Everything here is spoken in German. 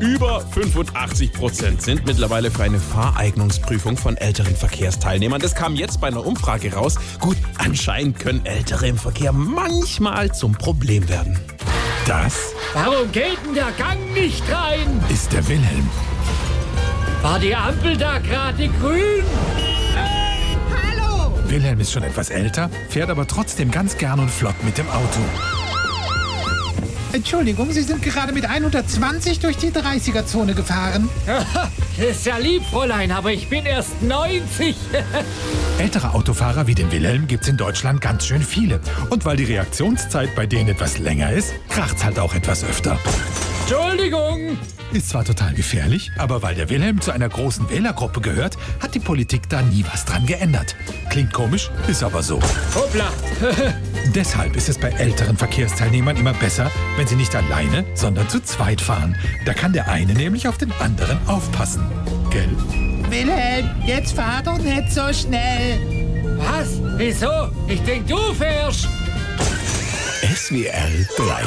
Über 85 Prozent sind mittlerweile für eine Fahreignungsprüfung von älteren Verkehrsteilnehmern. Das kam jetzt bei einer Umfrage raus. Gut, anscheinend können Ältere im Verkehr manchmal zum Problem werden. Das Warum geht denn der Gang nicht rein? ist der Wilhelm. War die Ampel da gerade grün? Wilhelm ist schon etwas älter, fährt aber trotzdem ganz gern und flott mit dem Auto. Entschuldigung, Sie sind gerade mit 120 durch die 30er-Zone gefahren. Das ist ja lieb, Fräulein, aber ich bin erst 90. Ältere Autofahrer wie den Wilhelm gibt's in Deutschland ganz schön viele. Und weil die Reaktionszeit bei denen etwas länger ist, kracht's halt auch etwas öfter. Entschuldigung. Ist zwar total gefährlich, aber weil der Wilhelm zu einer großen Wählergruppe gehört, hat die Politik da nie was dran geändert. Klingt komisch, ist aber so. Hoppla. Deshalb ist es bei älteren Verkehrsteilnehmern immer besser, wenn sie nicht alleine, sondern zu zweit fahren. Da kann der eine nämlich auf den anderen aufpassen. Gell? Wilhelm, jetzt fahr doch nicht so schnell. Was? Wieso? Ich denk, du fährst. SWR 3